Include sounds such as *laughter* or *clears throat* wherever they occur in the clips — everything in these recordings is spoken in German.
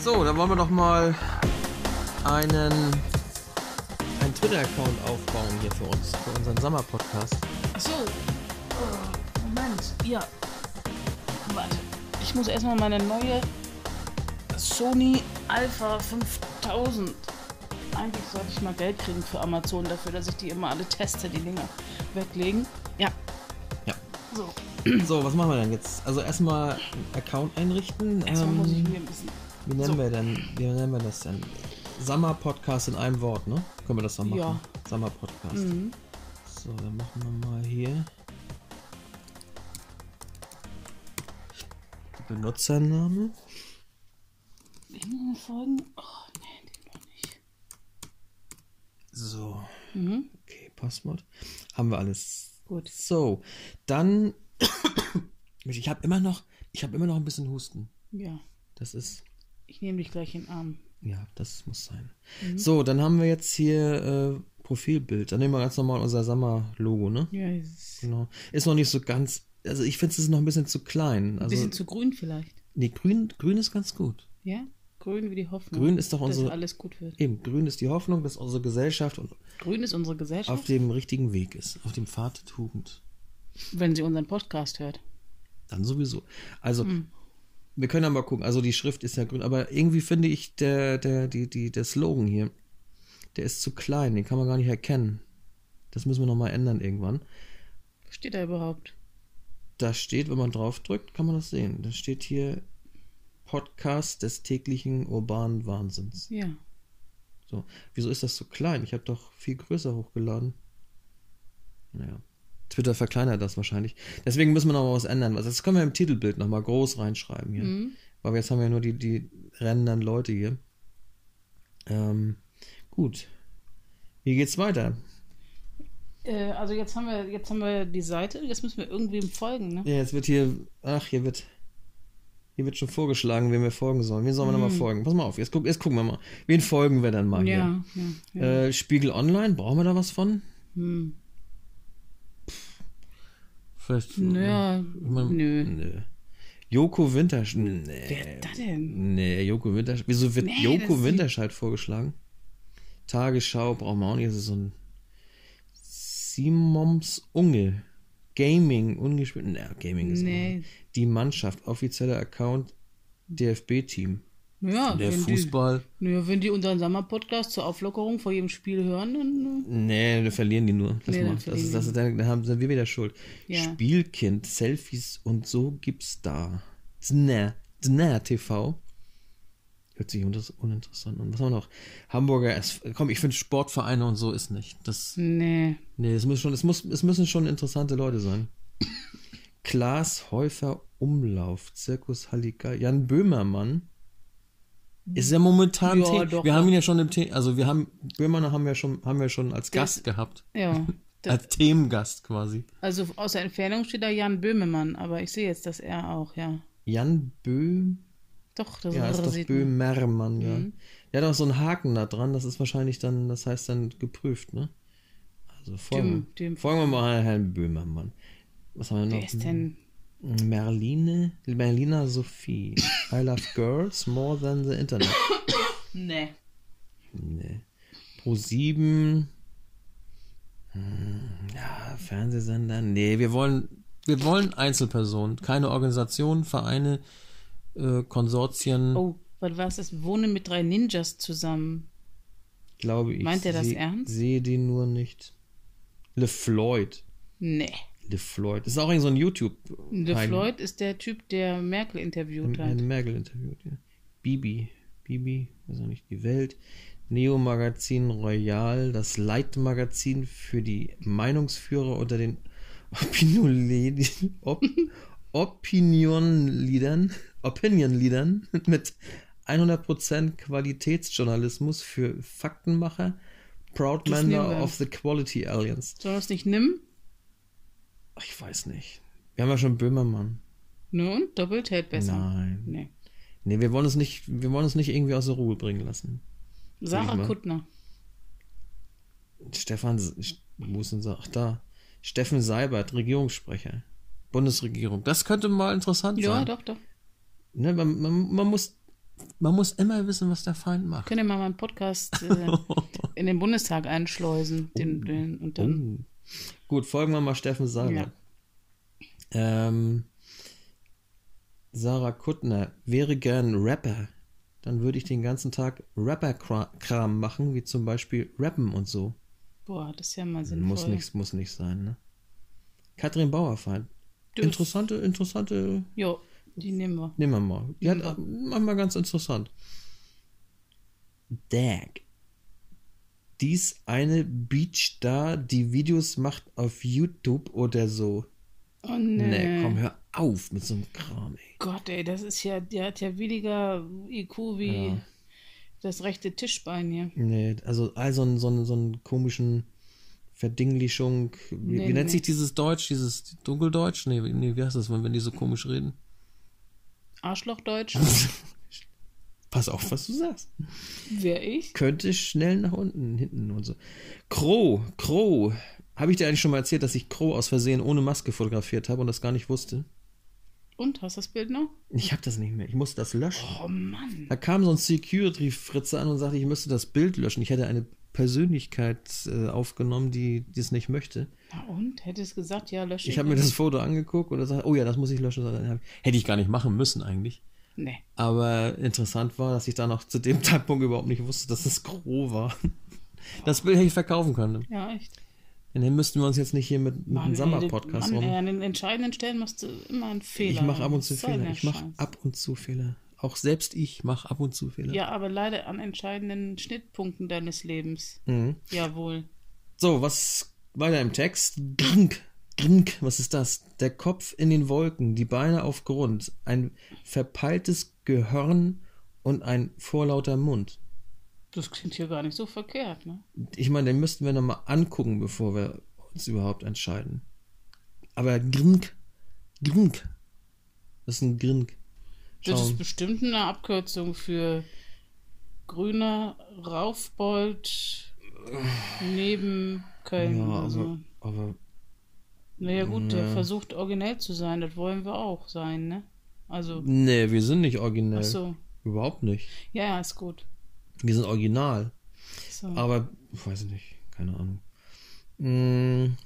So, dann wollen wir doch mal einen, einen Twitter-Account aufbauen hier für uns, für unseren *clears throat* Sommer-Podcast. Achso. Oh, Moment. Ja. Warte. Ich muss erstmal meine neue Sony Alpha 5000. Eigentlich sollte ich mal Geld kriegen für Amazon dafür, dass ich die immer alle teste, die Dinger weglegen. Ja. Ja. So. So, was machen wir denn jetzt? Also erstmal einen Account einrichten. Erstmal ähm, muss ich mir ein bisschen. wie nennen so. wir denn? Wie nennen wir das denn? Sommer-Podcast in einem Wort, ne? Können wir das noch machen? Ja. Sommer-Podcast. Mhm. So, dann machen wir mal hier. Benutzername. Wem folgen? Oh, nee, den noch nicht. So. Mhm. Okay, Passwort. Haben wir alles. Gut. So, dann. *coughs* ich habe immer noch. Ich habe immer noch ein bisschen Husten. Ja. Das ist. Ich nehme dich gleich in den Arm. Ja, das muss sein. Mhm. So, dann haben wir jetzt hier äh, Profilbild. Dann nehmen wir ganz normal unser Sammer-Logo, ne? Ja, es ist ein Genau. Ist noch nicht so ganz. Also ich finde es ist noch ein bisschen zu klein. Also, bisschen zu grün vielleicht. nee, grün, grün ist ganz gut. Ja? Grün wie die Hoffnung. Grün ist doch Dass unsere. alles gut wird. Eben, grün ist die Hoffnung, dass unsere Gesellschaft Grün ist unsere Gesellschaft, auf dem richtigen Weg ist, auf dem Pfad der Tugend. wenn sie unseren Podcast hört. Dann sowieso. Also, wir können ja mal gucken. Also, die Schrift ist ja grün, aber irgendwie finde ich, der, der, die, die, der Slogan hier, der ist zu klein, den kann man gar nicht erkennen. Das müssen wir nochmal ändern irgendwann. Steht da überhaupt? Da steht, wenn man drauf drückt, kann man das sehen. Da steht hier Podcast des täglichen urbanen Wahnsinns. Ja. So. Wieso ist das so klein? Ich habe doch viel größer hochgeladen. Naja. Twitter verkleinert das wahrscheinlich. Deswegen müssen wir noch mal was ändern. Also das können wir im Titelbild noch mal groß reinschreiben hier. Mhm. Weil wir jetzt haben wir ja nur die, die rennenden Leute hier. Ähm, gut. Wie geht's weiter? Äh, also jetzt haben wir jetzt haben wir die Seite, jetzt müssen wir irgendwem folgen, ne? Ja, jetzt wird hier, ach, hier wird, hier wird schon vorgeschlagen, wem wir folgen sollen. Wen sollen wir nochmal folgen? Pass mal auf, jetzt, guck, jetzt gucken wir mal. Wen folgen wir dann mal ja, ja, ja. hier? Äh, Spiegel Online, brauchen wir da was von? Hm. Vielleicht. Naja, Ich mein, nö. nö. Joko Winterscheid. Nee. Wer da denn? Nee, Joko Winterscheid. Wieso wird Nee, das Joko ist- Winterscheid vorgeschlagen? Tagesschau brauchen wir auch nicht. Das ist so ein Simons Unge. Gaming, ungespielt. Nee, Gaming ist auch Nee. nicht. Die Mannschaft, offizieller Account, DFB-Team. Ja, Der wenn Fußball. Die, naja, wenn die unseren Sommer-Podcast zur Auflockerung vor jedem Spiel hören, dann. äh, Nee, da verlieren die nur. Lass Nee, mal. dann Das verlieren ist, das ist, dann dann haben, sind wir wieder schuld. Ja. Spielkind, Selfies und so gibt's da. Zner, Zner TV. Hört sich uninter- uninteressant an. Was haben wir noch? Hamburger SV. Komm, ich finde Sportvereine und so ist nicht. Das, Nee. nee, es, muss schon, es, muss, es müssen schon interessante Leute sein. *coughs* Klaas Häufer Umlauf, Zirkus Halligalli, Jan Böhmermann. Ist ja momentan Ja, The- doch, Wir haben ihn ja schon im The also wir haben Böhmermann haben wir schon haben wir schon als Der Gast gehabt. *laughs* Ja. Das, Als Themengast quasi. also aus der Entfernung steht da Jan Böhmemann, aber ich sehe jetzt, dass er auch, ja. Jan Böhm. Doch, das Ja, ist R doch sieht man. Böhmermann, ja. Mhm. Der hat auch so einen Haken da dran, das ist wahrscheinlich dann, das heißt dann geprüft, ne? Also folgen, Dem- dem- folgen wir mal Herrn Böhmermann. Was haben wir noch? Wer ist denn? Merline, Merlina Sophie. I love girls more than the internet. Nee. Nee. Pro 7. Ja, Fernsehsender. Nee, wir wollen, wir wollen Einzelpersonen, keine Organisationen, Vereine, äh, Konsortien, Oh, was war das? Wohne mit drei Ninjas zusammen. glaube ich. meint er das Seh- ernst? Sehe den nur nicht. Le Floyd. Nee. Le Floyd. Das ist auch irgend so ein YouTube. Le Heim- Floyd ist der Typ, der Merkel interviewt hat. Eine Merkel interviewt, ja. Bibi. Bibi, weiß auch nicht, die Welt. Neo-Magazin Royal, das Leitmagazin für die Meinungsführer unter den *laughs* Opinionle- Op Opinion-Leadern Opinion *laughs* mit 100% Qualitätsjournalismus für Faktenmacher, Proud Das nehmen Member wir. of the Quality Alliance. Sollen wir es nicht nimm? Ach, Ich weiß nicht. Wir haben ja schon Böhmermann. Nun, Ne? doppelt hält besser. Nein. Nee. Nee, wir wollen uns nicht, wir wollen uns nicht irgendwie aus der Ruhe bringen lassen. ich Sarah mal. Kuttner. Stefan, S- wo ist denn Sa- ach da? Steffen Seibert, Regierungssprecher. Bundesregierung. Das könnte mal interessant Ja, sein. doch, doch. Ne, man, man, man muss Man muss immer wissen, was der Feind macht. Könnt ihr mal meinen *laughs* Podcast äh, in den Bundestag einschleusen? Den, den, und dann. Oh. Gut, folgen wir mal Steffen Sarah. Ja. Ähm, Sarah Kuttner wäre gern Rapper. Dann würde ich den ganzen Tag Rapper-Kram machen, wie zum Beispiel Rappen und so. Boah, das ist ja mal sinnvoll. Oh. Muss nichts, muss nicht sein, ne? Katrin Bauerfeind. Das- Interessante, interessante. Jo, die nehmen wir. Nehmen wir mal. Die hat äh, manchmal ganz interessant. Dag. Dies eine Beachstar, die Videos macht auf YouTube oder so. Oh Nee, nee. komm, hör auf mit so einem Kram, ey. Gott, ey, das ist ja, der hat ja weniger IQ wie Ja. das rechte Tischbein hier. Nee, also all so einen, so einen, so einen komischen Verdinglichung. Wie, Nee, wie nennt nee. sich dieses Deutsch, dieses Dunkeldeutsch? Nee, wie- nee, wie heißt das, wenn, wenn die so komisch reden? *laughs* Arschlochdeutsch, Pass auf, was du sagst. wär ich. Könnte schnell nach unten, hinten und so. Crow, Crow. Habe ich dir eigentlich schon mal erzählt, dass ich Crow aus Versehen ohne Maske fotografiert habe und das gar nicht wusste? Und, hast du das Bild noch? Ich habe das nicht mehr. Ich musste das löschen. Oh Mann. Da kam so ein Security-Fritze an und sagte, ich müsste das Bild löschen. Ich hätte eine Persönlichkeit äh, aufgenommen, die das nicht möchte. Na und? Hättest gesagt, ja, lösche Ich habe mir das Foto angeguckt und er sagte, oh ja, das muss ich löschen. Dann hab- Hätte ich gar nicht machen müssen eigentlich. Nee. Aber interessant war, dass ich da noch zu dem *laughs* Zeitpunkt überhaupt nicht wusste, dass es Crow war. Das Bild hätte ich verkaufen können. Ja, echt. Und dann müssten wir uns jetzt nicht hier mit, mit einem ey, Sommer-Podcast Mann, ey, rum. an den entscheidenden Stellen machst du immer einen Fehler. Ich mache ab und zu Was soll Fehler. der Ich mache Scheiß? ab und zu Fehler. Auch selbst ich mache ab und zu Fehler. Ja, aber leider an entscheidenden Schnittpunkten deines Lebens. Mhm. Jawohl. So, was weiter im Text? Grink, grink, was ist das? Der Kopf in den Wolken, die Beine auf Grund, ein verpeiltes Gehirn und ein vorlauter Mund. Das klingt hier gar nicht so verkehrt, ne? Ich meine, den müssten wir nochmal angucken, bevor wir uns überhaupt entscheiden. Aber grink, grink, das ist ein grink. Das Schauen. ist bestimmt eine Abkürzung für grüner Raufbold neben Köln Ja, also, ne. oder so. aber, aber Naja gut, der Ja. versucht originell zu sein, das wollen wir auch sein, ne? Also, nee, wir sind nicht originell. ach so. Überhaupt nicht. Ja, ja, ist gut. Wir sind original. So. Aber, ich weiß nicht, keine Ahnung. Mm,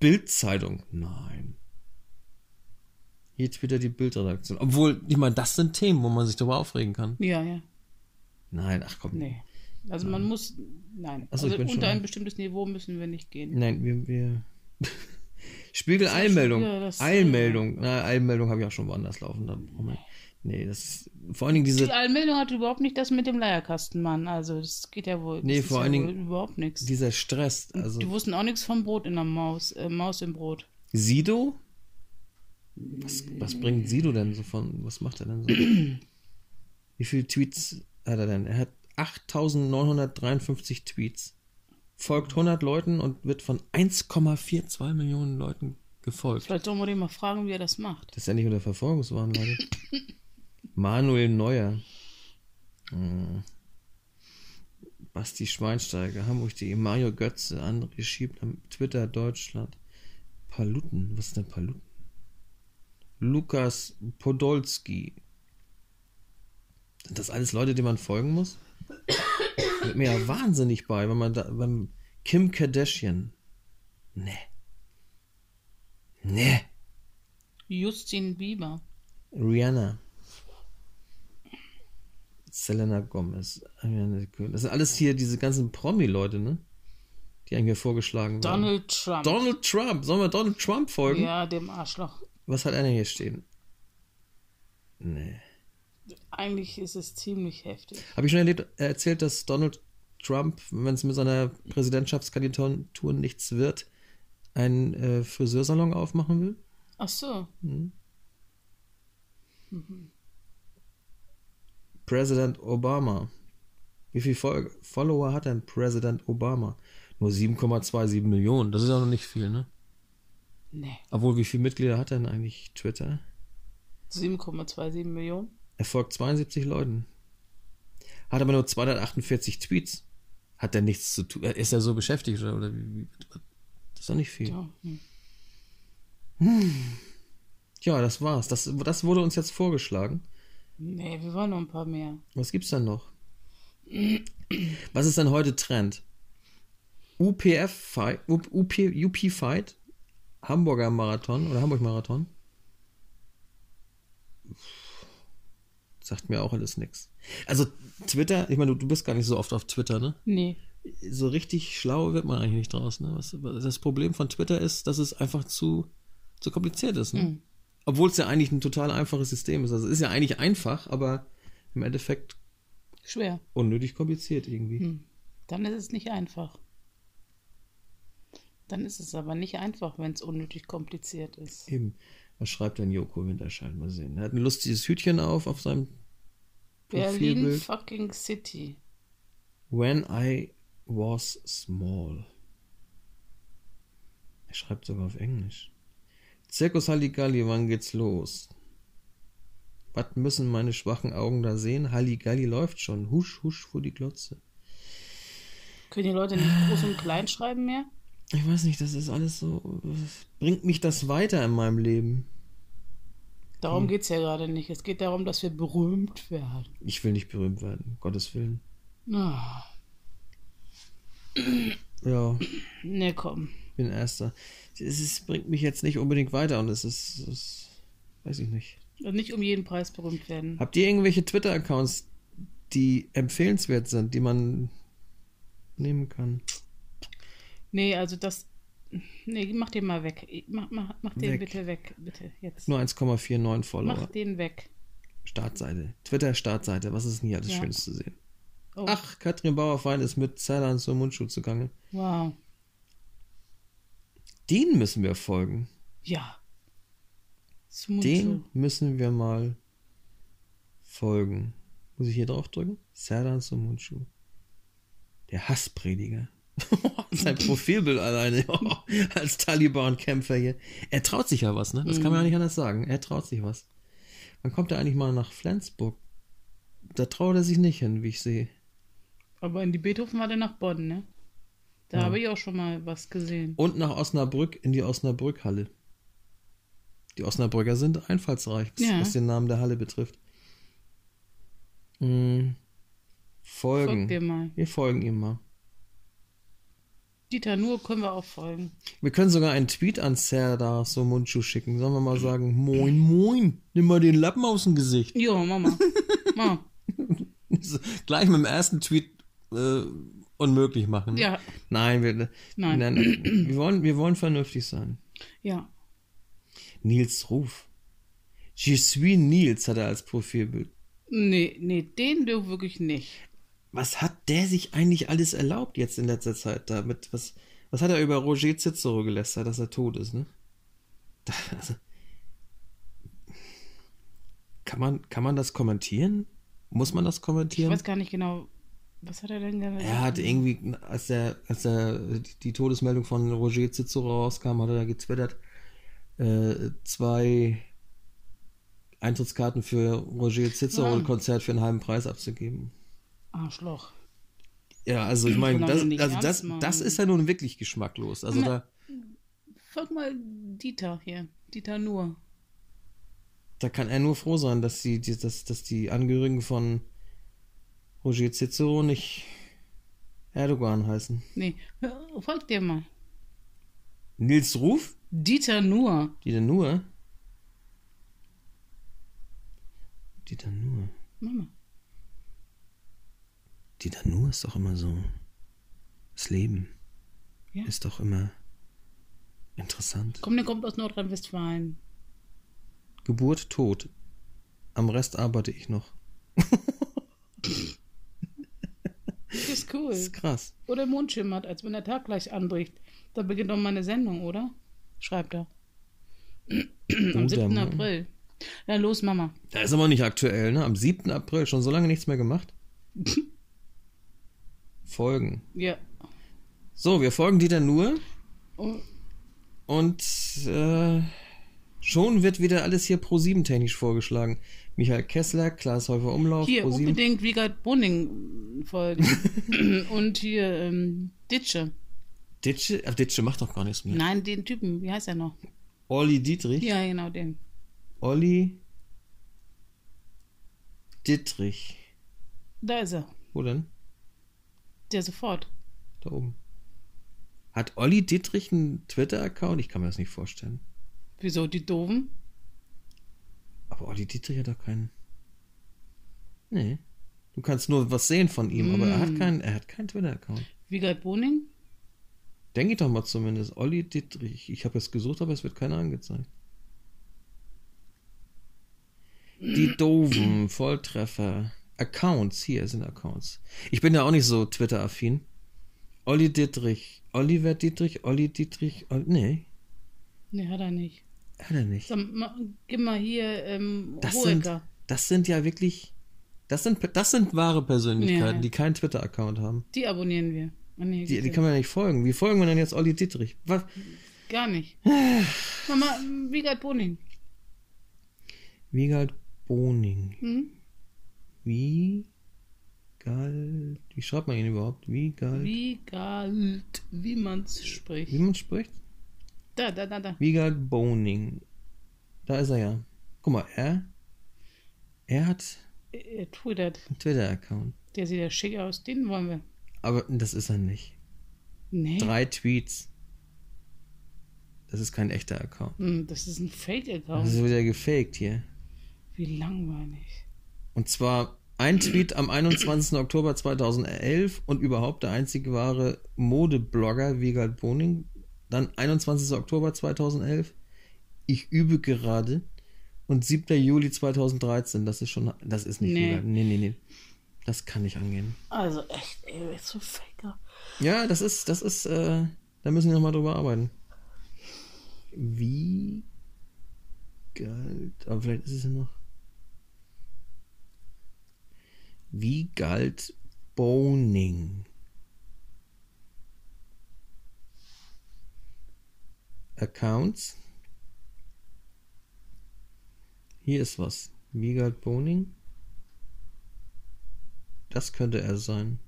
Bild-Zeitung, nein. Jetzt wieder die Bildredaktion. Obwohl, ich meine, das sind Themen, wo man sich darüber aufregen kann. Ja, ja. Nein, ach komm. Nee. Also man muss. Nein. Ach so, ich also bin schon- unter ein bestimmtes Niveau müssen wir nicht gehen. Nein, wir. wir *laughs* Spiegel ja Eilmeldung. schon wieder das- Eilmeldung. Na, Eilmeldung habe ich auch schon woanders laufen. Da braucht man- nee, das ist. Vor allen Dingen diese. Die Allmeldung hat überhaupt nicht das mit dem Leierkastenmann. Also das geht ja wohl. Nee, das ist vor ja allen wohl Dingen- überhaupt nichts. Dieser Stress. Also. Die wussten auch nichts vom Brot in der Maus, äh, Maus im Brot. Sido? Was, was bringt Sido denn so von? Was macht er denn so? Wie viele Tweets hat er denn? Er hat 8953 Tweets. Folgt 100 Leuten und wird von 1,42 Millionen Leuten gefolgt. Vielleicht sollen wir den mal fragen, wie er das macht. Dass er nicht unter Verfolgungswahn leidet. Manuel Neuer. Hm. Basti Schweinsteiger, Hamburg.de, Mario Götze, André Schieb am Twitter Deutschland. Paluten, was ist denn Paluten? Lukas Podolski. Sind das alles Leute, denen man folgen muss? *coughs* Wird mir ja wahnsinnig bei, wenn man da. Wenn Kim Kardashian. Nee. Nee. Justin Bieber. Rihanna. Selena Gomez. Ah, Ariana Grande. Das sind alles hier diese ganzen Promi-Leute, ne? Die einem hier vorgeschlagen werden. Donald Trump. Donald Trump. Sollen wir Donald Trump folgen? ja, dem Arschloch. Was hat einer hier stehen? Nee. Eigentlich ist es ziemlich heftig. Habe ich schon erlebt, äh, erzählt, dass Donald Trump, wenn es mit seiner Präsidentschaftskandidatur nichts wird, einen äh, Friseursalon aufmachen will? Ach so. President Obama. Wie viel Fol Follower hat denn President Obama? Nur 7,27 Millionen. Das ist ja noch nicht viel, ne? Nee. Obwohl, wie viele Mitglieder hat denn eigentlich Twitter? 7,27 Millionen. Er folgt 72 Leuten. Hat aber nur 248 Tweets. Hat er nichts zu tun? Ist er so beschäftigt oder? oder wie, wie, das ist doch nicht viel. Ja. hm. Ja, das war's. Das, das wurde uns jetzt vorgeschlagen. Nee, wir wollen noch ein paar mehr. Was gibt's denn noch? Was ist denn heute Trend? UPF Fight, UP, UP Fight, Hamburger Marathon oder Hamburg Marathon? Sagt mir auch alles nichts. Also Twitter, ich meine, du, du bist gar nicht so oft auf Twitter, ne? Nee. So richtig schlau wird man eigentlich nicht draus, ne? Was, was das Problem von Twitter ist, dass es einfach zu, zu kompliziert ist, ne? Mhm. Obwohl es ja eigentlich ein total einfaches System ist. Also es ist ja eigentlich einfach, aber im Endeffekt Schwer. unnötig kompliziert irgendwie. Hm. Dann ist es nicht einfach. Dann ist es aber nicht einfach, wenn es unnötig kompliziert ist. Eben. Was schreibt denn Joko Winterscheid? Mal sehen. Er hat ein lustiges Hütchen auf, auf seinem Berlin Profilbild. fucking City. When I was small. Er schreibt sogar auf Englisch. Zirkus Halligalli, wann geht's los? Was müssen meine schwachen Augen da sehen? Halligalli läuft schon. Husch, husch vor die Glotze. Können die Leute nicht groß und klein schreiben mehr? Ich weiß nicht, das ist alles so. das Bringt mich das weiter in meinem Leben? Hm. Darum geht es ja gerade nicht. Es geht darum, dass wir berühmt werden. Ich will nicht berühmt werden, Gottes Willen. Ah, Ja. nee, ne, komm. bin Erster. Es ist, bringt mich jetzt nicht unbedingt weiter und es ist, es ist weiß ich nicht. Nicht um jeden Preis berühmt werden. Habt ihr irgendwelche Twitter-Accounts, die empfehlenswert sind, die man nehmen kann? Nee, also das. Nee, mach den mal weg. Ich- Mach, mach, mach den Weg. bitte weg. Bitte, jetzt. Nur 1,49 Follower. Mach den weg. Startseite. Twitter-Startseite. Was ist denn hier alles Ja. Schönes zu sehen? Oh, Ach, Katrin Bauerfeind ist mit Zellern zum Mundschuh zugange. wow. Den müssen wir folgen. Ja. Smooth. Den müssen wir mal folgen. Muss ich hier drauf drücken? Serdan Somunchu. Der Hassprediger. *laughs* Sein Profilbild alleine *laughs* als Taliban-Kämpfer hier. Er traut sich ja was, ne? Das kann man ja nicht anders sagen. Er traut sich was. Wann kommt er eigentlich mal nach Flensburg? Da traut er sich nicht hin, wie ich sehe. Aber in die Beethoven war der nach Bonn, ne? Da habe ich auch schon mal was gesehen. Und nach Osnabrück in die Osnabrückhalle. Die Osnabrücker sind einfallsreich, Ja. was den Namen der Halle betrifft. Hm. Folgen. Folgt dir mal. Wir folgen ihm mal. Dieter Nuhr können wir auch folgen. Wir können sogar einen Tweet an Serdar Somunchu schicken. Sollen wir mal sagen, moin, moin, nimm mal den Lappen aus dem Gesicht. *laughs* Jo, Mama. Mama. Gleich mit dem ersten Tweet äh, unmöglich machen. ne? Ja. Nein, wir, Nein. wir, wollen, wir wollen vernünftig sein. Ja. Nils Ruf. Je suis Nils hat er als Profilbild. Nee, nee, den du wirklich nicht. was hat der sich eigentlich alles erlaubt jetzt in letzter Zeit damit? Was, was hat er über Roger Cicero gelästert, dass er tot ist, ne? *laughs* Da, also, kann, man, kann man das kommentieren? Muss man das Ich kommentieren? weiß gar nicht genau, was hat er denn gesagt? Er hat irgendwie, als der, als der die- die Todesmeldung von Roger Cicero rauskam, hat er da gezwittert, äh, zwei Eintrittskarten für Roger Ah. Cicero-Konzert für einen halben Preis abzugeben. Arschloch. Ja, also ich Kann meine, man das, doch nicht also ernst das, das meinen. ist ja nun wirklich geschmacklos. Also da, Folg mal Dieter hier. Dieter Nuhr. da kann er nur froh sein, dass die, die, dass, dass die Angehörigen von Roger Cicero nicht Erdogan heißen. Nee, hör- folg dir mal. Nils Ruf, Dieter Nuhr. die denn nur? Die denn nur? Mama. Die denn nur ist doch immer so. Das Leben Ja. ist doch immer interessant. Komm, der kommt aus Nordrhein-Westfalen. Geburt, Tod. Am Rest arbeite ich noch. Das ist Das cool. ist krass. Oder Mond schimmert, als wenn der Tag gleich anbricht. Da beginnt doch meine Sendung, oder? Schreibt er. Am Oder 7. mal. April. Na los, Mama. Da ist aber nicht aktuell, ne? Am 7. April, schon so lange nichts mehr *laughs* gemacht. Folgen. Ja. So, wir folgen Dieter nur Oh, und äh, schon wird wieder alles hier pro 7 technisch vorgeschlagen. Michael Kessler, Klaas Häufer Umlauf, Hier, pro 7. unbedingt Wiegald *laughs* Boning folgen. Und hier, ähm, Ditsche. Ditsche, äh, Ditsche macht doch gar nichts mehr. Nein, den Typen, wie heißt er noch? Olli Dietrich, Ja, genau, den. Olli Dittrich. Da ist er. Wo denn? Der sofort. Da oben. Hat Olli Dittrich einen Twitter-Account? Ich kann mir das nicht vorstellen. Wieso die Doofen? Aber Olli Dietrich hat doch keinen. Nee. Du kannst nur was sehen von ihm, aber er hat keinen, er hat keinen Twitter-Account. Wiegald Boning? Denke ich doch mal zumindest. Olli Dietrich. Ich habe es gesucht, aber es wird keiner angezeigt. Die Doofen, Volltreffer. Accounts, hier sind Accounts. Ich bin ja auch nicht so Twitter-affin. Olli Dietrich, Oliver Dietrich, Olli Dietrich, Olli, nee, Nee, hat er nicht. hat er nicht. Sag, ma, gib mal hier ähm, Das sind, Hohecker. das sind ja wirklich, das sind, das sind wahre Persönlichkeiten, Ja. die keinen Twitter-Account haben. Die abonnieren wir. Ah, nee, Die, die gibt's kann man ja nicht folgen. Wie folgen wir denn jetzt Olli Dietrich? Was? ja gar nicht. Mama, Wiegald Boning. Wiegald Boning. Hm? Wiegald, wie schreibt man ihn überhaupt? Wiegald, wie, Wiegald, wie man's spricht. man spricht? Da, da, da, da. Wiegald Boning. Da ist er ja. Guck mal, er, er hat Er twittert. einen Twitter-Account. äh, Der sieht ja schick aus. Den wollen wir. Aber das ist er nicht. Nee. Drei Tweets. Das ist kein echter Account. Hm, Das ist ein Fake-Account. Das ist wieder gefaked hier. Wie langweilig. Und zwar ein Tweet am 21. Oktober 2011 und überhaupt der einzige wahre Modeblogger Wiegald Boning. Dann 21. Oktober 2011. Ich übe gerade. Und 7. Juli 2013. Das ist schon. Das ist nicht Nee. Wiegald. Nee, nee, nee. Das kann nicht angehen. Also echt, ey, wer ist so Faker? Ja, das ist. Das ist. Äh, da müssen wir nochmal drüber arbeiten. Wie. Galt. Aber vielleicht ist es ja noch. Wie galt Boning? Accounts. Hier ist was. Wie galt Boning? Das könnte er sein.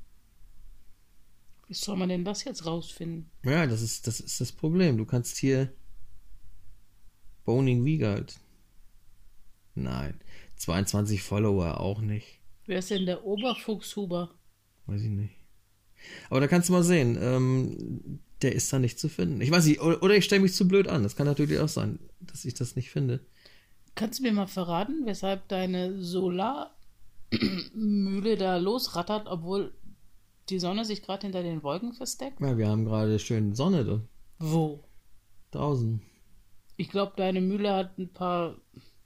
Wie soll man denn das jetzt rausfinden? Ja, das ist, das ist das Problem. Du kannst hier Boning Wiegald. Nein. 22 Follower auch nicht. Wer ist denn der Oberfuchshuber? Weiß ich nicht. Aber da kannst du mal sehen, ähm, der ist da nicht zu finden. Ich weiß nicht, o- oder ich stelle mich zu blöd an. Das kann natürlich auch sein, dass ich das nicht finde. Kannst du mir mal verraten, weshalb deine Solarmühle *clears throat* da losrattert, obwohl die Sonne sich gerade hinter den Wolken versteckt? Ja, wir haben gerade schön Sonne da Wo? draußen. Ich glaube, deine Mühle hat ein paar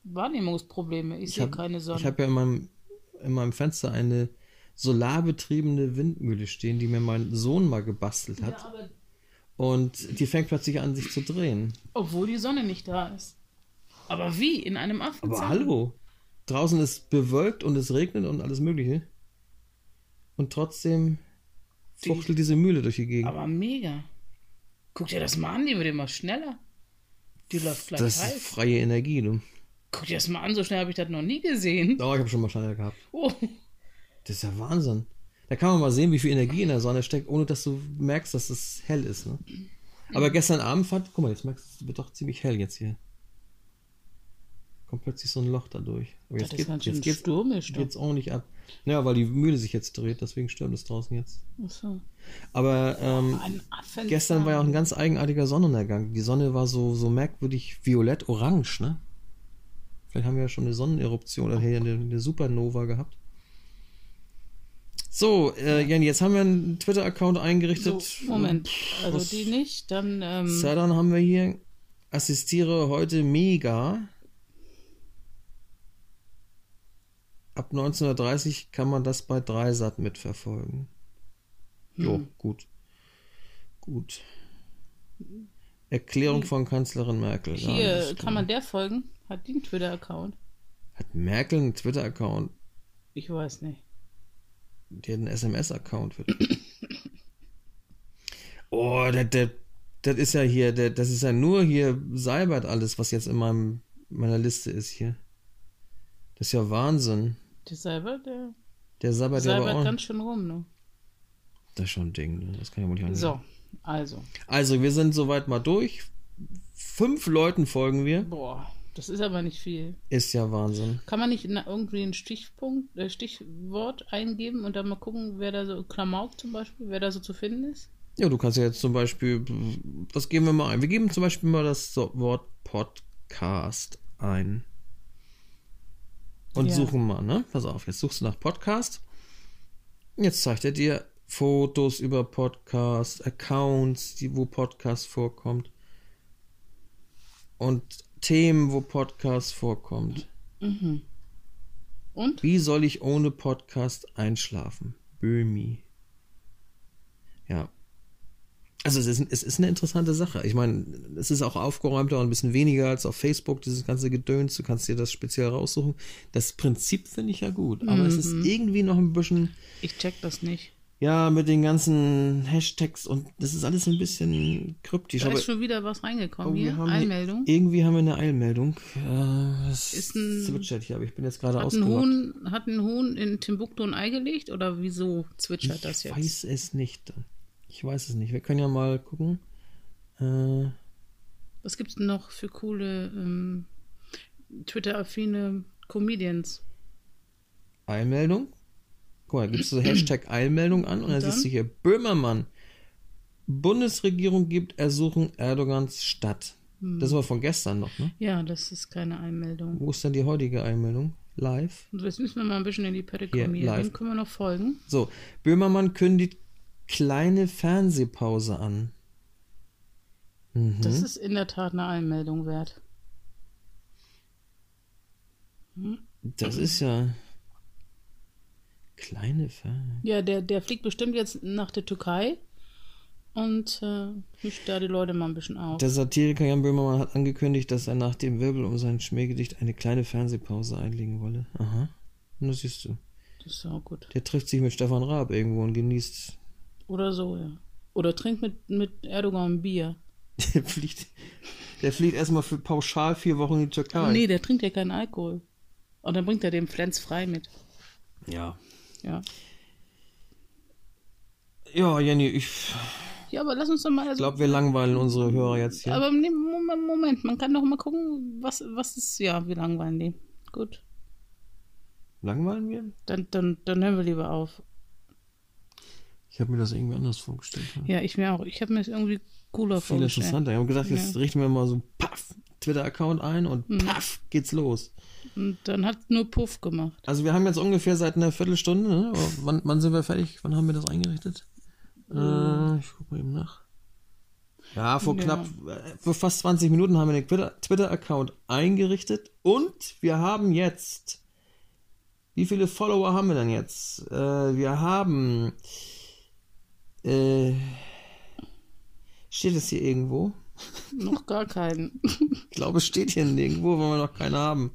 Wahrnehmungsprobleme. Ich, Ich sehe habe keine Sonne. hab ja in meinem, in meinem Fenster eine solarbetriebene Windmühle stehen, die mir mein Sohn mal gebastelt hat. ja, aber Und die fängt plötzlich an, sich zu drehen. obwohl die Sonne nicht da ist. Aber wie? In einem Aber Affenzahn? hallo, draußen ist bewölkt und es regnet und alles Mögliche. Und trotzdem Die- fuchtelt diese Mühle durch die Gegend. Aber mega. Guck dir das mal an, die wird immer schneller. Die läuft gleich Das ist heiß. freie Energie, du. Guck dir das mal an, so schnell habe ich das noch nie gesehen. Oh, ich habe schon mal schneller gehabt. Oh, Das ist ja Wahnsinn. Da kann man mal sehen, wie viel Energie in der Sonne steckt, ohne dass du merkst, dass es hell ist. Ne? Mhm. Aber gestern Abend fand, guck mal, jetzt merkst du, es wird doch ziemlich hell jetzt hier. Kommt plötzlich so ein Loch dadurch. Aber das jetzt, ist geht, ganz jetzt schön geht's, stürmisch. da. geht's ordentlich ab. Naja, weil die Mühle sich jetzt dreht, deswegen stürmt es draußen jetzt. Ach so. Aber ähm, Ein Affenzahn. Gestern war ja auch ein ganz eigenartiger Sonnenuntergang. Die Sonne war so, so merkwürdig violett-orange, ne? Vielleicht haben wir ja schon eine Sonneneruption oder hier eine, eine Supernova gehabt. So, äh, Jenny, jetzt haben wir einen Twitter-Account eingerichtet. So, Moment, also die nicht, dann ähm, Sadan haben wir hier. Assistiere heute mega. Ab 1930 kann man das bei Dreisat mitverfolgen. Hm. Jo, gut. Gut. Erklärung von Kanzlerin Merkel. Ja, Hm. hier das kann man der folgen. Hat die einen Twitter-Account? Hat Merkel einen Twitter-Account? Ich weiß nicht. Die hat einen SMS-Account. oh, das, das, das ist ja hier, das, das ist ja nur hier Seibert alles, was jetzt in meinem, meiner Liste ist hier. Das ist ja Wahnsinn. Die Seibert, der Der Seibert, der war Seibert auch. ganz schön rum, ne? das ist schon ein Ding, ne? das kann ja wohl nicht angehen. So, also, Also, wir sind soweit mal durch. Fünf Leuten folgen wir. boah, Das ist aber nicht viel. Ist ja Wahnsinn. Kann man nicht na- irgendwie einen Stichpunkt, äh, Stichwort eingeben und dann mal gucken, wer da so, Klamauk zum Beispiel, wer da so zu finden ist? Ja, du kannst ja jetzt zum Beispiel, was geben wir mal ein? Wir geben zum Beispiel mal das so- Wort Podcast ein. Und Ja. suchen mal, ne? Pass auf, jetzt suchst du nach Podcast. Jetzt zeigt er dir Fotos über Podcast, Accounts, die, wo Podcast vorkommt. Und Themen, wo Podcast vorkommt. Und? Wie soll ich ohne Podcast einschlafen? Böhmi. Ja. Also es ist, es ist eine interessante Sache. Ich meine, es ist auch aufgeräumter und ein bisschen weniger als auf Facebook, dieses ganze Gedöns. Du kannst dir das speziell raussuchen. Das Prinzip finde ich ja gut, aber es Mhm. ist irgendwie noch ein bisschen, Ich check das nicht. ja, mit den ganzen Hashtags und das ist alles ein bisschen kryptisch. Da Aber ist schon wieder was reingekommen Oh, wir hier. haben eine- Einmeldung. irgendwie haben wir eine Eilmeldung. Äh, es Ist ein- zwitschert hier, aber ich bin jetzt gerade Hat ein, ausgelockt. Huhn, hat ein Huhn in Timbuktu ein Ei gelegt oder wieso zwitschert das Ich jetzt? weiß es nicht. Ich weiß es nicht. Wir können ja mal gucken. Äh, Was gibt's denn noch für coole ähm, Twitter-affine Comedians? Eilmeldung. Guck mal, da *clears throat* gibst du Hashtag Eilmeldung an und dann dann? siehst du hier Böhmermann. Bundesregierung gibt Ersuchen Erdogans Stadt. Hm. Das war von gestern noch, ne? Ja, das ist keine Einmeldung. Wo ist denn die heutige Eilmeldung? Live. Und Jetzt müssen wir mal ein bisschen in die Pette Hier, kommen. hier. live. Dann können wir noch folgen. So, Böhmermann kündigt kleine Fernsehpause an. Mhm. Das ist in der Tat eine Einmeldung wert. Das ist ja. Kleine Fernsehpause. Ja, der, der fliegt bestimmt jetzt nach der Türkei und äh, mischt da die Leute mal ein bisschen auf. Der Satiriker Jan Böhmermann hat angekündigt, dass er nach dem Wirbel um sein Schmähgedicht eine kleine Fernsehpause einlegen wolle. Aha. Und das siehst du. Das ist auch gut. Der trifft sich mit Stefan Raab irgendwo und genießt. Oder so, ja. Oder trinkt mit, mit Erdogan ein Bier. *laughs* Der fliegt, der fliegt erstmal für pauschal vier Wochen in die Türkei. Nee, der trinkt ja keinen Alkohol. Und dann bringt er dem Flens frei mit. Ja. Ja. Ja, Jenny, ich Ja, aber lass uns doch mal. Also, glaube, wir langweilen unsere Hörer jetzt hier. aber nee, Moment, Moment, man kann doch mal gucken, was, was ist. Ja, wir langweilen die. Gut. langweilen wir? Dann, dann, dann hören wir lieber auf. Ich habe mir das irgendwie anders vorgestellt. Ja. Ja, ich mir auch. Ich habe mir das irgendwie cooler Viel vorgestellt. interessanter. Ich habe gedacht, jetzt richten wir mal so paff, Twitter-Account ein und Hm. paff, geht's los. Und dann hat nur Puff gemacht. Also wir haben jetzt ungefähr seit einer Viertelstunde, ne? wann, wann sind wir fertig? Wann haben wir das eingerichtet? Äh, ich guck mal eben nach. Ja, vor Ja. knapp, äh, vor fast 20 Minuten haben wir den Twitter- Twitter-Account eingerichtet und wir haben jetzt, wie viele Follower haben wir denn jetzt? Äh, wir haben, äh, steht es hier irgendwo? Noch gar keinen. Ich glaube, es steht hier nirgendwo, weil wir noch keine haben.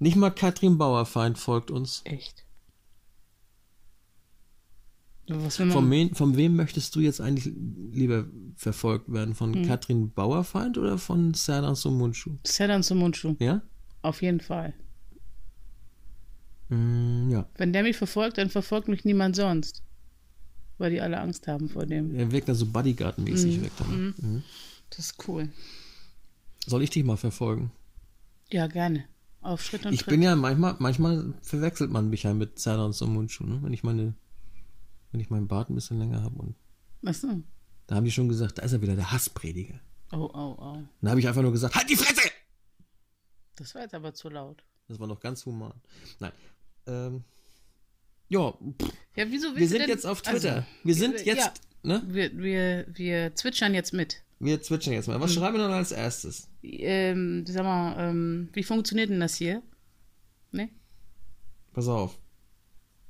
Nicht mal Katrin Bauerfeind folgt uns. Echt. Was will man? Von, wen, von wem möchtest du jetzt eigentlich lieber verfolgt werden? Von Mhm. Katrin Bauerfeind oder von Serdar Somuncu? Sedan zum Mundschuh. Ja? Auf jeden Fall. Mm, ja. Wenn der mich verfolgt, dann verfolgt mich niemand sonst. Weil die alle Angst haben vor dem. Er wirkt da so Bodyguard-mäßig. Mhm. wirkt er. ne? Das ist cool. Soll ich dich mal verfolgen? Ja, gerne. Auf Schritt und Ich Tritt. bin ja manchmal, manchmal verwechselt man mich ja mit Serdar Somuncu, ne? wenn ich meine, wenn ich meinen Bart ein bisschen länger habe. Und Achso. da haben die schon gesagt, da ist er wieder, der Hassprediger. Oh, oh, oh. Und da habe ich einfach nur gesagt, halt die Fresse! Das war jetzt aber zu laut. Das war noch ganz human. Nein. Ähm, ja, pff, Ja, wieso wir willst du sind denn, jetzt auf Twitter. Also, wir sind wir- jetzt, ja. ne? wir, wir, wir zwitschern jetzt mit. Wir zwitschern jetzt mal. Mhm. Was schreiben wir denn als erstes? Ähm, sag mal, ähm, wie funktioniert denn das hier? Ne? Pass auf.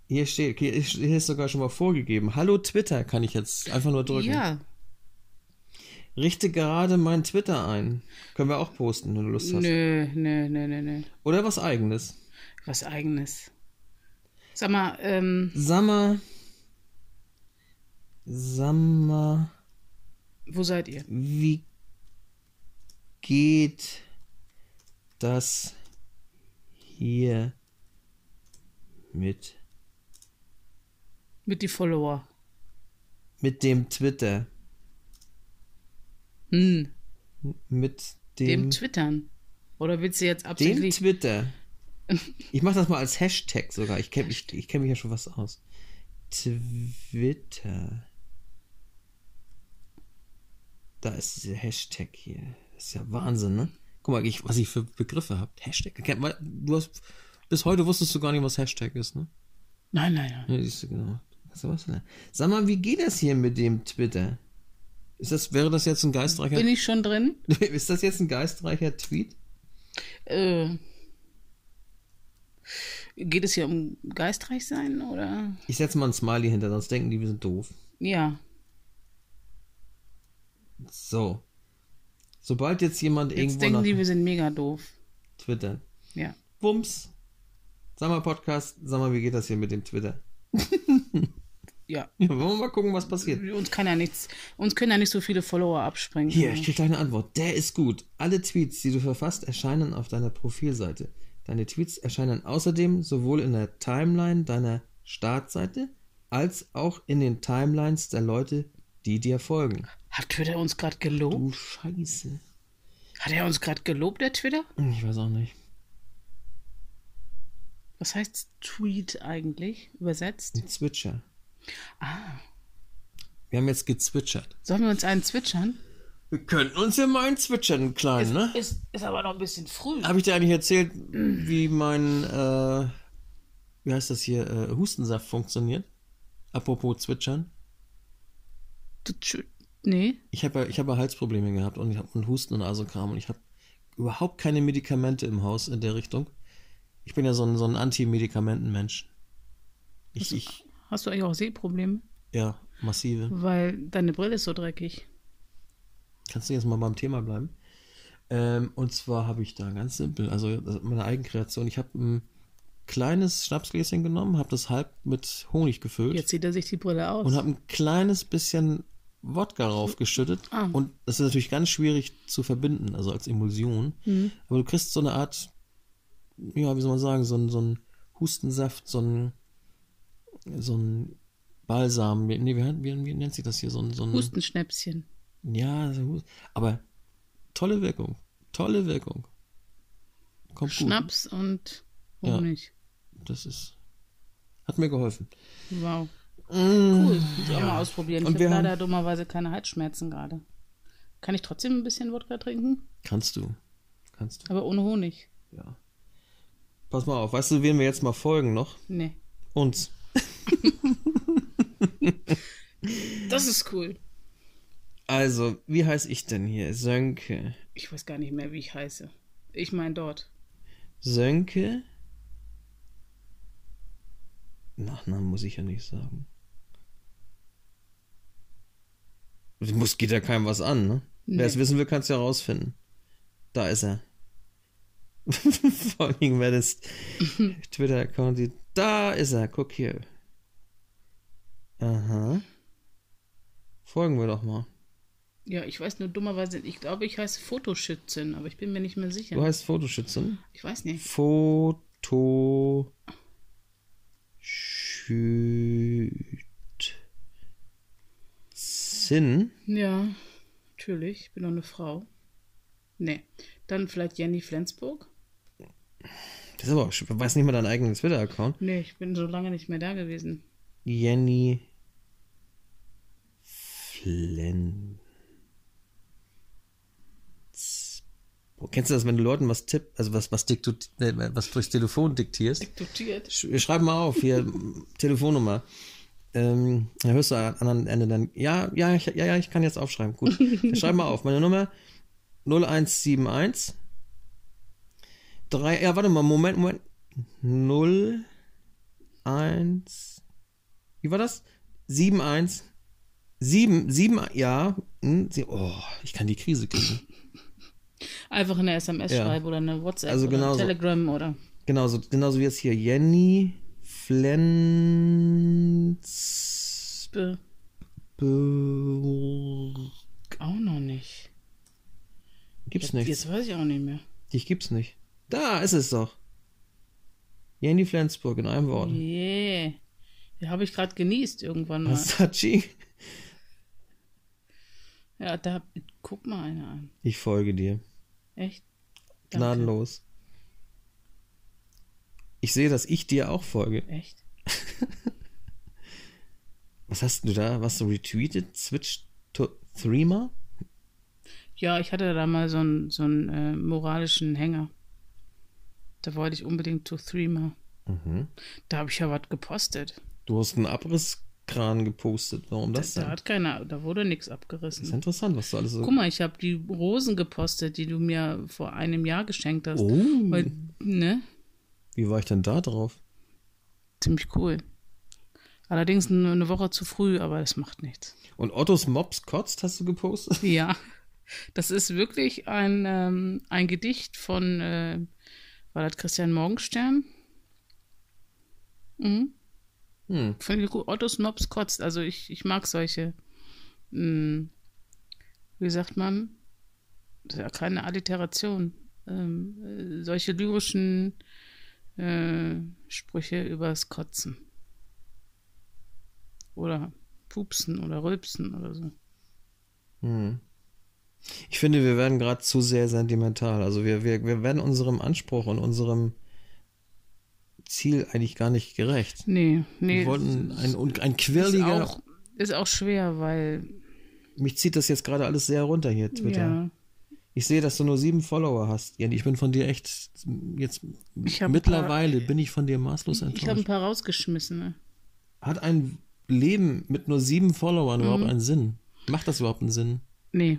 Hier steht, hier ist hier ist sogar schon mal vorgegeben. Hallo Twitter kann ich jetzt einfach nur drücken. Ja, Richte gerade mein Twitter ein. Können wir auch posten, wenn du Lust hast. nö, nö, nö, nö, nö. Oder was eigenes. Was eigenes. Sag mal, ähm, Sammer. Sammer. wo seid ihr? Wie geht das hier mit, Mit die Follower. mit dem Twitter? Hm, Mit dem dem, Hm, Twittern. Oder willst du jetzt Den absichtlich. Twitter. *laughs* Ich mache das mal als Hashtag sogar. Ich kenne ich, ich kenn mich ja schon was aus. Twitter. Da ist dieser Hashtag hier. Das ist ja Wahnsinn, ne? Guck mal, ich, was ich für Begriffe habe. Hashtag. Kennt man- Du hast, bis heute wusstest du gar nicht, was Hashtag ist, ne? Nein, nein, nein. Ja, siehst du, genau. Hast du was gelernt. Sag mal, wie geht das hier mit dem Twitter? Ist das, wäre das jetzt ein geistreicher, Bin ich schon drin? *laughs* ist das jetzt ein geistreicher Tweet? Äh, geht es hier um geistreich sein oder? Ich setze mal ein Smiley hinter, sonst denken die, wir sind doof. Ja. So. Sobald jetzt jemand Jetzt irgendwo denken die, nach wir sind mega doof. Twitter. Ja. Wumms. Sag mal, Podcast, sag mal, wie geht das hier mit dem Twitter? *laughs* Ja. Ja, wollen wir mal gucken, was passiert. Uns kann ja nichts, uns können ja nicht so viele Follower abspringen. Hier, ich krieg gleich eine Antwort. Der ist gut. Alle Tweets, die du verfasst, erscheinen auf deiner Profilseite. Deine Tweets erscheinen außerdem sowohl in der Timeline deiner Startseite als auch in den Timelines der Leute, die dir folgen. Hat Twitter uns gerade gelobt? Du Scheiße. Hat er uns gerade gelobt, der Twitter? Ich weiß auch nicht. Was heißt Tweet eigentlich? Übersetzt? Ein Zwitscher. Ah. Wir haben jetzt gezwitschert. Sollen wir uns einen zwitschern? Wir könnten uns ja mal einen zwitschern, kleinen, ne? Ist, ist aber noch ein bisschen früh. Habe ich dir eigentlich erzählt, wie mein, äh, wie heißt das hier, äh, Hustensaft funktioniert? Apropos zwitschern. Du tschü- Nee. Ich habe ja, ich hab ja Halsprobleme gehabt und ich habe einen Husten und all so ein Kram und ich habe überhaupt keine Medikamente im Haus in der Richtung. Ich bin ja so ein, so ein Anti-Medikamenten-Mensch. Ich, ich, Hast du eigentlich auch Sehprobleme? ja, massive. Weil deine Brille ist so dreckig. Kannst du jetzt mal beim Thema bleiben? Ähm, und zwar habe ich da ganz simpel, also das ist meine Eigenkreation. Ich habe ein kleines Schnapsgläschen genommen, habe das halb mit Honig gefüllt Jetzt zieht er sich die Brille aus. und habe ein kleines bisschen Wodka raufgeschüttet. Ah. Und das ist natürlich ganz schwierig zu verbinden, also als Emulsion. Mhm. Aber du kriegst so eine Art, ja, wie soll man sagen, so ein, so ein Hustensaft, so ein, so ein Balsam. Nee, wie, wie, wie nennt sich das hier? So ein, so ein Hustenschnäpschen. ja, so gut. aber tolle Wirkung. Tolle Wirkung. Kommt Schnaps und Ja. Honig. gut. Das ist. Hat mir geholfen. Mm, Wow. Cool. Muss ich auch mal ausprobieren. Und ich wir habe leider haben- dummerweise keine Halsschmerzen gerade. Kann ich trotzdem ein bisschen Wodka trinken, Kannst du. Kannst aber ohne Honig. du, ja. Pass mal auf, weißt du, wen wir jetzt mal folgen noch? Nee. Uns. Das ist cool. Also, wie heiße ich denn hier? Sönke. Ich weiß gar nicht mehr, wie ich heiße. Ich meine dort. Sönke. Nachnamen muss ich ja nicht sagen. Das muss, geht ja keinem was an, ne? Wer es Nee. wissen will, kann es ja rausfinden. Da ist er. *laughs* Vor allen Dingen, wer das Twitter-Account sieht. Da ist er, guck hier. Aha. Folgen wir doch mal. Ja, ich weiß nur dummerweise, ich glaube, ich heiße Fotoschützin, aber ich bin mir nicht mehr sicher. Du heißt Fotoschützin. Ich weiß nicht. Foto. Schützin. Ja, natürlich. Ich bin doch eine Frau. Nee. Dann vielleicht Jenny Flensburg? Das ist aber auch, sch- weiß nicht mal deinen eigenen Twitter-Account. Nee, ich bin so lange nicht mehr da gewesen. Jenny Flen. Boah, Kennst du das, wenn du Leuten was tipp, also was, was, diktu, äh, was durchs Telefon diktierst? Dotiert. Sch schreib mal auf, hier, m, Telefonnummer. Ähm, dann hörst du am anderen Ende dann, ja, ja, ich, ja, ja, ich kann jetzt aufschreiben. Gut. Dann schreib mal auf, meine Nummer 0171 3, ja, warte mal, Moment, Moment. 0, 1, wie war das? 7, 1, 7, 7, ja, hm, sie- oh, ich kann die Krise kriegen. Einfach in der SMS Ja. schreiben oder eine WhatsApp Also oder genauso. Telegram oder. Genauso, genauso wie jetzt hier Jenny Flens. Be Be- auch noch nicht. Gibt's Jetzt, nicht. jetzt weiß ich auch nicht mehr. Dich gibt's nicht. Da ist es doch. Jenny Flensburg in einem Wort. Yeah. Ja, habe ich gerade genießt irgendwann mal. Masachi. Ja, da guck mal einer an. Ich folge dir. Echt? Gnadenlos. Ich sehe, dass ich dir auch folge. Echt? Was hast du da? Was du retweetet? Switch to Threema? Ja, ich hatte da mal so einen so einen, äh, moralischen Hänger. Da wollte ich unbedingt To Threema. Mhm. Da habe ich ja was gepostet. Du hast einen Abrisskran gepostet. Warum das da, denn? da hat keiner, da wurde nichts Das ist abgerissen. interessant, was du alles so. Guck mal, ich habe die Rosen gepostet, die du mir vor einem Jahr geschenkt hast. Oh, Weil, ne? wie war ich denn da drauf? Ziemlich cool. Allerdings nur eine Woche zu früh, aber das macht nichts. Und Ottos Mops kotzt hast du gepostet? Ja, das ist wirklich ein, ähm, ein Gedicht von, äh, war das Christian Morgenstern? Mhm. Hm. Finde ich gut. Otto Snobs kotzt. Also ich, ich mag solche, mh, wie sagt man, das ist ja keine Alliteration, ähm, äh, solche lyrischen äh, Sprüche übers Kotzen. Oder Pupsen oder Rülpsen oder so. Hm. Ich finde, wir werden gerade zu sehr sentimental. Also wir, wir, wir werden unserem Anspruch und unserem Ziel eigentlich gar nicht gerecht. Nee, nee. wir wollten das- ein, un- ein ist quirliger. auch, ist auch schwer, weil mich zieht das jetzt gerade alles sehr runter hier, Twitter. ja, Ich sehe, dass du nur sieben Follower hast. Jenny, ich bin von dir echt jetzt Ich hab ein mittlerweile bin ich von dir maßlos ich habe ein enttäuscht. paar rausgeschmissen. Ne? Hat ein Leben mit nur sieben Followern Mhm. überhaupt einen Sinn? Macht das überhaupt einen Sinn? Nee.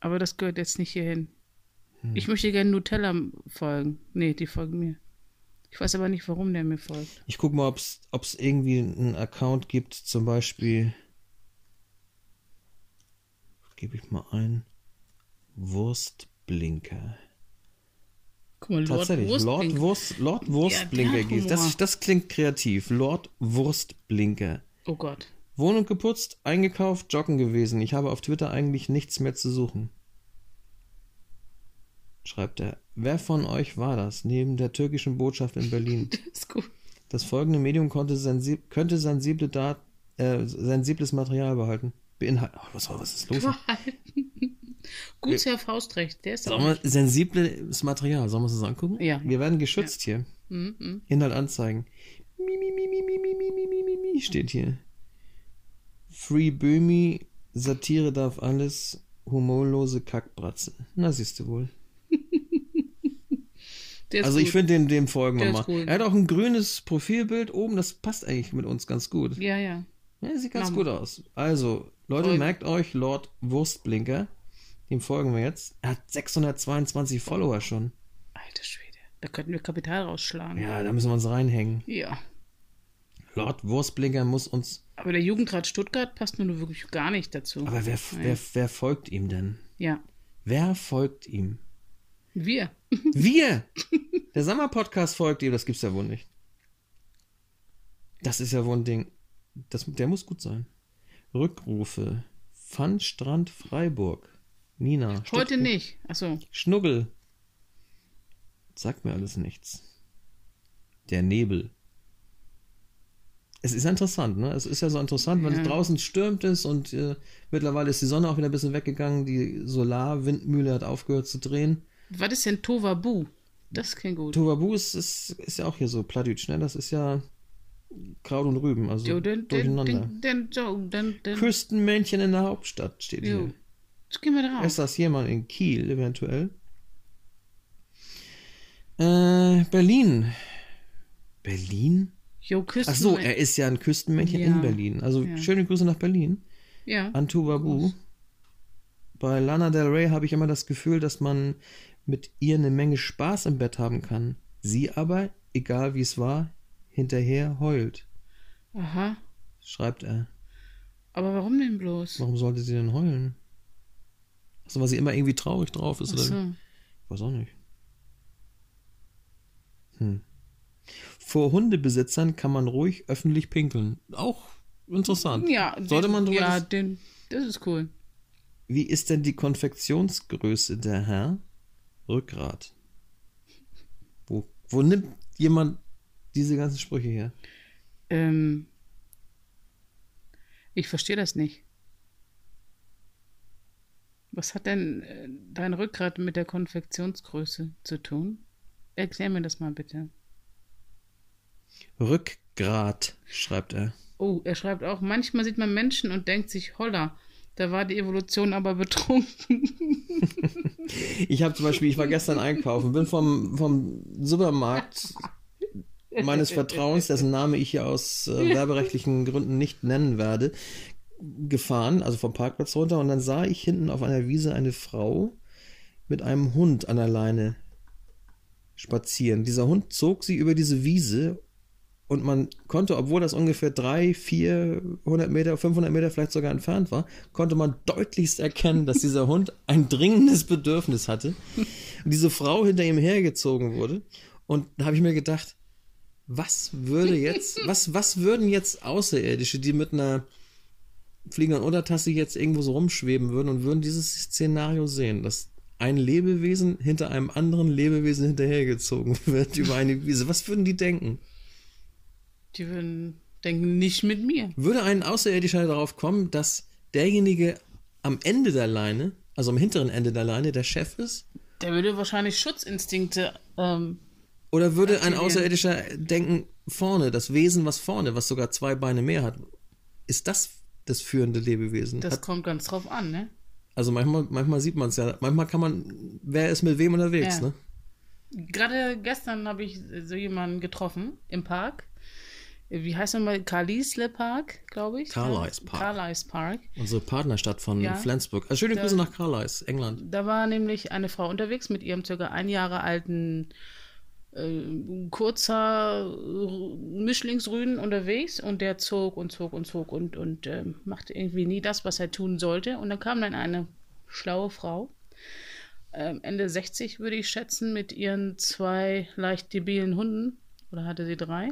Aber das gehört jetzt nicht hierhin. Ich möchte gerne Nutella folgen. Nee, die folgen mir. Ich weiß aber nicht, warum der mir folgt. Ich guck mal, ob es irgendwie einen Account gibt, zum Beispiel. Gebe ich mal ein. Wurstblinker. Guck mal, Lord Tatsächlich, Lord, Wurstwinkel. Wurst, Lord Ja, Wurstblinker der hat geht. Das, Humor. das klingt kreativ. Lord Wurstblinker. Oh Gott. *laughs* Wohnung geputzt, eingekauft, joggen gewesen. Ich habe auf Twitter eigentlich nichts mehr zu suchen. Schreibt er. Wer von euch war das? Neben der türkischen Botschaft in Berlin. Das ist gut. Das folgende Medium konnte sensi könnte sensible Dat äh, sensibles Material behalten. Beinhalten. Oh, was, was ist los? Gut, Herr Faustrecht. Der ist Sollen auch. wir, sensibles Material, sollen wir uns das angucken? Ja. Wir werden geschützt hier. Mhm, mhm. Inhalt anzeigen. Mi, mi, mi, mi, mi, mi, mi, mi, mi, mi, mi, steht hier. Free Böhmi, Satire darf alles, humorlose Kackbratze. Na, siehst du wohl. Der ist also, ich gut. finde dem, dem folgen wir Der mal. ist gut. Er hat auch ein grünes Profilbild oben, das passt eigentlich mit uns ganz gut. Ja, ja. Ja, sieht ganz Machen gut aus. Also, Leute, Folgen. merkt euch Lord Wurstblinker. Dem folgen wir jetzt. Er hat 622 Follower schon. Alter Schwede. Da könnten wir Kapital rausschlagen. Ja, da müssen wir uns reinhängen. ja. Lord Wurstblinker muss uns. Aber der Jugendrat Stuttgart passt nun wirklich gar nicht dazu. Aber wer, wer, wer folgt ihm denn? ja. Wer folgt ihm? Wir. Wir! Der Sommer-Podcast folgt ihm, das gibt's ja wohl nicht. Das ist ja wohl ein Ding. Das, der muss gut sein. Rückrufe. Pfannstrand Freiburg. Nina. Heute Stuttgart. nicht. Also, Achso. Schnuggel. Sagt mir alles nichts. Der Nebel. Es ist interessant, ne? Es ist ja so interessant, weil Ja. es draußen stürmt ist und äh, mittlerweile ist die Sonne auch wieder ein bisschen weggegangen. Die Solarwindmühle hat aufgehört zu drehen. Was ist denn Tovabu? Das klingt gut. Tobabu ist, ist, ist ja auch hier so plattdeutsch, ne? Das ist ja Kraut und Rüben, also Jo, dann, dann, durcheinander. dann, dann, jo, dann, dann, Küstenmännchen in der Hauptstadt steht jo. hier. Jetzt gehen wir drauf. Ist das jemand in Kiel eventuell? Äh, Berlin. Berlin? Jo, Küsten. Ach so, er ist ja ein Küstenmännchen Ja. in Berlin. Also Ja. schöne Grüße nach Berlin. ja. An Tuvabu. Bei Lana Del Rey habe ich immer das Gefühl, dass man mit ihr eine Menge Spaß im Bett haben kann. Sie aber, egal wie es war, hinterher heult, Aha. schreibt er. Aber warum denn bloß? Warum sollte sie denn heulen? Also, weil sie immer irgendwie traurig drauf ist. Ach Oder? wie? so. Weiß auch nicht. Hm. Vor Hundebesitzern kann man ruhig öffentlich pinkeln. Auch interessant. Ja, Sollte den, man drüber Ja, dis- den, das ist cool. Wie ist denn die Konfektionsgröße der Herr? Rückgrat. Wo, wo nimmt jemand diese ganzen Sprüche her? Ähm, ich verstehe das nicht. Was hat denn äh, dein Rückgrat mit der Konfektionsgröße zu tun? Erklär mir das mal bitte. Rückgrat, schreibt er. Oh, er schreibt auch, manchmal sieht man Menschen und denkt sich, holla, da war die Evolution aber *laughs* betrunken. *laughs* Ich habe zum Beispiel, ich war gestern einkaufen, bin vom, vom Supermarkt meines Vertrauens, dessen Name ich hier aus äh, werberechtlichen Gründen nicht nennen werde, gefahren, also vom Parkplatz runter, und dann sah ich hinten auf einer Wiese eine Frau mit einem Hund an der Leine spazieren. Dieser Hund zog sie über diese Wiese und man konnte, obwohl das ungefähr 300, 400 Meter, 500 Meter vielleicht sogar entfernt war, konnte man deutlichst erkennen, dass dieser Hund ein dringendes Bedürfnis hatte und diese Frau hinter ihm hergezogen wurde. Und da habe ich mir gedacht, was würde jetzt, was, was würden jetzt Außerirdische, die mit einer fliegenden Untertasse jetzt irgendwo so rumschweben würden und würden dieses Szenario sehen, dass ein Lebewesen hinter einem anderen Lebewesen hinterhergezogen *laughs* wird über eine Wiese. Was würden die denken? Die würden denken, nicht mit mir. Würde ein Außerirdischer darauf kommen, dass derjenige am Ende der Leine, also am hinteren Ende der Leine, der Chef ist? Der würde wahrscheinlich Schutzinstinkte. Ähm, Oder würde ein Aktivieren. Außerirdischer denken, vorne, das Wesen, was vorne, was sogar zwei Beine mehr hat, ist das das führende Lebewesen? das Hat, kommt ganz drauf an, ne? also manchmal, manchmal sieht man es ja, manchmal kann man, wer ist mit wem unterwegs, Ja. ne? Gerade gestern habe ich so jemanden getroffen im Park. Wie heißt nochmal? Carlisle Park, glaube ich. ne? Carlisle Park. Carlisle Park. Unsere Partnerstadt von Ja. Flensburg. Also schöne Da- Grüße nach Carlisle, England. Da war nämlich eine Frau unterwegs mit ihrem circa ein Jahre alten äh, kurzer Ru- Mischlingsrüden unterwegs und der zog und zog und zog und, und ähm, machte irgendwie nie das, was er tun sollte. Und dann kam dann eine schlaue Frau, ähm, Ende 60 würde ich schätzen, mit ihren zwei leicht debilen Hunden, oder hatte sie drei,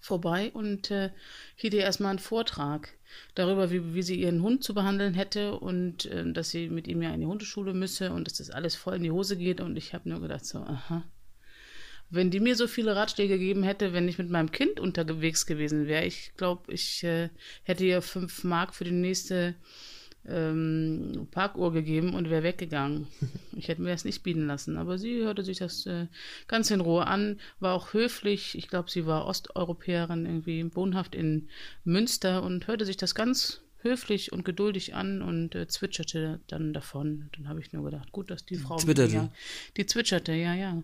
vorbei und äh, hielt ihr erstmal einen Vortrag darüber, wie, wie sie ihren Hund zu behandeln hätte und ähm, dass sie mit ihm ja in die Hundeschule müsse und dass das alles voll in die Hose geht. Und ich habe nur gedacht, so, aha. Wenn die mir so viele Ratschläge gegeben hätte, wenn ich mit meinem Kind unterwegs gewesen wäre, ich glaube, ich äh, hätte ihr fünf Mark für die nächste ähm, Parkuhr gegeben und wäre weggegangen. Ich hätte mir das nicht bieten lassen. Aber sie hörte sich das äh, ganz in Ruhe an, war auch höflich. Ich glaube, sie war Osteuropäerin, irgendwie wohnhaft in Münster und hörte sich das ganz höflich und geduldig an und äh, zwitscherte dann davon. Dann habe ich nur gedacht, gut, dass die Frau mit Twitterte. mir- die zwitscherte, ja, ja,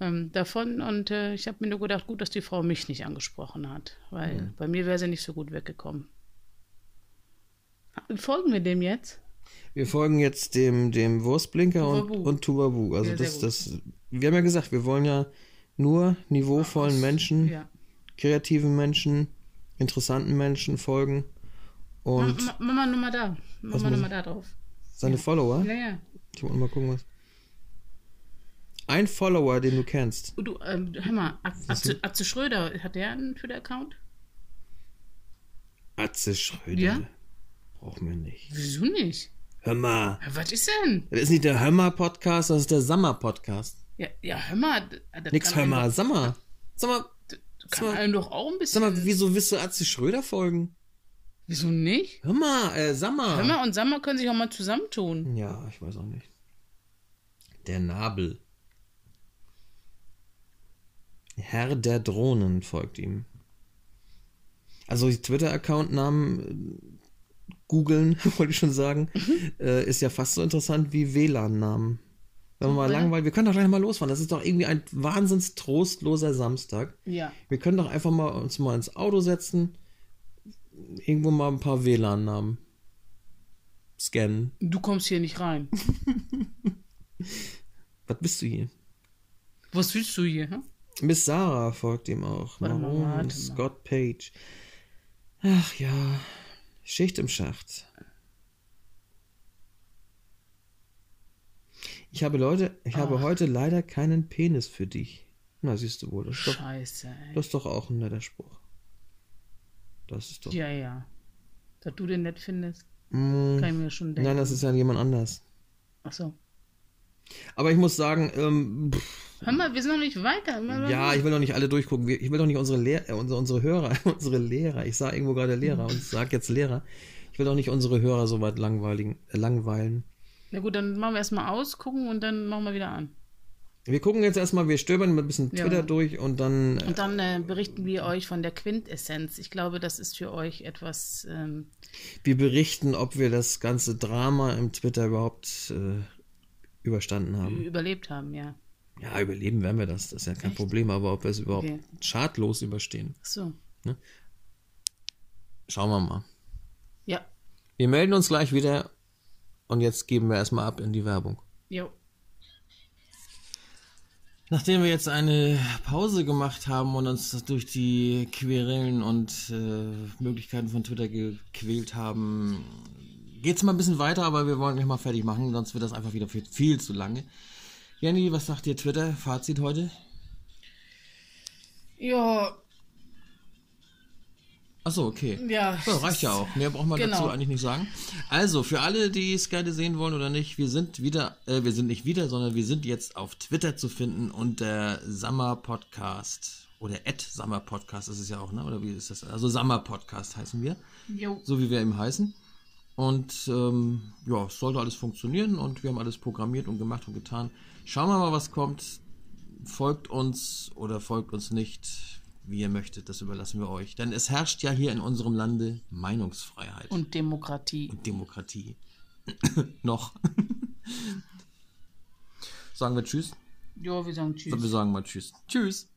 ähm, davon. Und äh, ich habe mir nur gedacht, gut, dass die Frau mich nicht angesprochen hat, weil bei mir wäre sie nicht so gut weggekommen. Folgen wir dem jetzt? Wir folgen jetzt dem, dem Wurstblinker und, Tuvabu. und Tubabu. Also Ja, sehr das, gut. das, wir haben ja gesagt, wir wollen ja nur niveauvollen Menschen, Ja. kreativen Menschen, interessanten Menschen folgen und Ma- ma- Mama nochmal da. Mama nochmal da drauf. seine Follower. Naja. Ich muss mal gucken, was. Ein Follower, den du kennst. Du, ähm, hör mal, At- Atze, Atze Schröder, hat der einen Twitter-Account? Atze Schröder. Ja? Brauchen wir nicht. Wieso nicht? Hör mal. Ja, was ist denn? Das ist nicht der Hömmer-Podcast, das ist der Sammer-Podcast. Ja, ja hör mal. d- das Nix kann einem Hömmer, Sammer. Sag mal, doch- Kann einem doch auch ein sag bisschen. mal, wieso willst du Atze Schröder folgen? Wieso nicht? Hör mal, äh, Sammer. Hör mal und Sammer können sich auch mal zusammentun. Ja, ich weiß auch nicht. Der Nabel. Herr der Drohnen folgt ihm. Also die Twitter-Account-Namen äh, googeln, *laughs* wollte ich schon sagen, Mhm. äh, ist ja fast so interessant wie WLAN-Namen. Wenn wir mal Super. langweilig, wir können doch gleich mal losfahren. Das ist doch irgendwie ein wahnsinns trostloser Samstag. Ja. Wir können doch einfach mal uns mal ins Auto setzen, irgendwo mal ein paar WLAN-Namen scannen. Du kommst hier *laughs* nicht rein. Was bist du hier? Was willst du hier? hm? Hä? Miss Sarah folgt ihm auch. Warte mal, Maroon, warte mal. Scott Page. Ach ja, Schicht im Schacht. Ich habe Leute, ich habe heute leider keinen Penis für dich. Na, siehst du wohl, das ist doch, Scheiße, ey. das ist doch auch ein netter Spruch. Das ist doch. Ja, ja. Dass du den nett findest, Mm, kann ich mir schon denken. nein, das ist ja jemand anders. Achso. Aber ich muss sagen, ähm, pff, Hör mal, wir sind noch nicht weiter. Ja, ich will doch nicht alle durchgucken. Wir- Ich will doch nicht unsere Lehr äh, unsere, unsere Hörer, *laughs* unsere Lehrer. Ich sah irgendwo gerade Lehrer und sag jetzt Lehrer. Ich will doch nicht unsere Hörer so weit langweiligen, äh, langweilen. Na gut, dann machen wir erstmal aus, gucken und dann machen wir wieder an. Wir gucken jetzt erstmal, wir stöbern mit ein bisschen Ja. Twitter durch und dann. äh, Und dann äh, berichten wir euch von der Quintessenz. Ich glaube, das ist für euch etwas. Ähm, Wir berichten, ob wir das ganze Drama im Twitter überhaupt äh, überstanden haben. überlebt haben, ja. Ja, überleben werden wir das, das ist ja kein Echt? Problem, aber ob wir es überhaupt Okay. schadlos überstehen. Ach so. Schauen wir mal. Ja. Wir melden uns gleich wieder und jetzt geben wir erstmal ab in die Werbung. Jo. Nachdem wir jetzt eine Pause gemacht haben und uns durch die Querelen und äh, Möglichkeiten von Twitter gequält haben, geht's mal ein bisschen weiter, aber wir wollen gleich mal fertig machen, sonst wird das einfach wieder viel, viel zu lange. Jenny, was sagt dir Twitter? Fazit heute? Ja, Achso, okay. ja. So, reicht ja auch. Mehr braucht man Genau. dazu eigentlich nicht sagen. Also, für alle, die Skyde sehen wollen oder nicht, wir sind wieder, äh, wir sind nicht wieder, sondern wir sind jetzt auf Twitter zu finden unter Summer Podcast oder at Summer Podcast ist es ja auch, ne? Oder wie ist das? Also Summer Podcast heißen wir, Jo. so wie wir eben heißen. Und ähm, ja, es sollte alles funktionieren und wir haben alles programmiert und gemacht und getan. Schauen wir mal, was kommt. Folgt uns oder folgt uns nicht, wie ihr möchtet, das überlassen wir euch. Denn es herrscht ja hier in unserem Lande Meinungsfreiheit und Und Demokratie. Demokratie. *coughs* *laughs* Noch. sagen wir Tschüss. Jo, wir sagen Tschüss. Wir sagen mal Tschüss. Tschüss.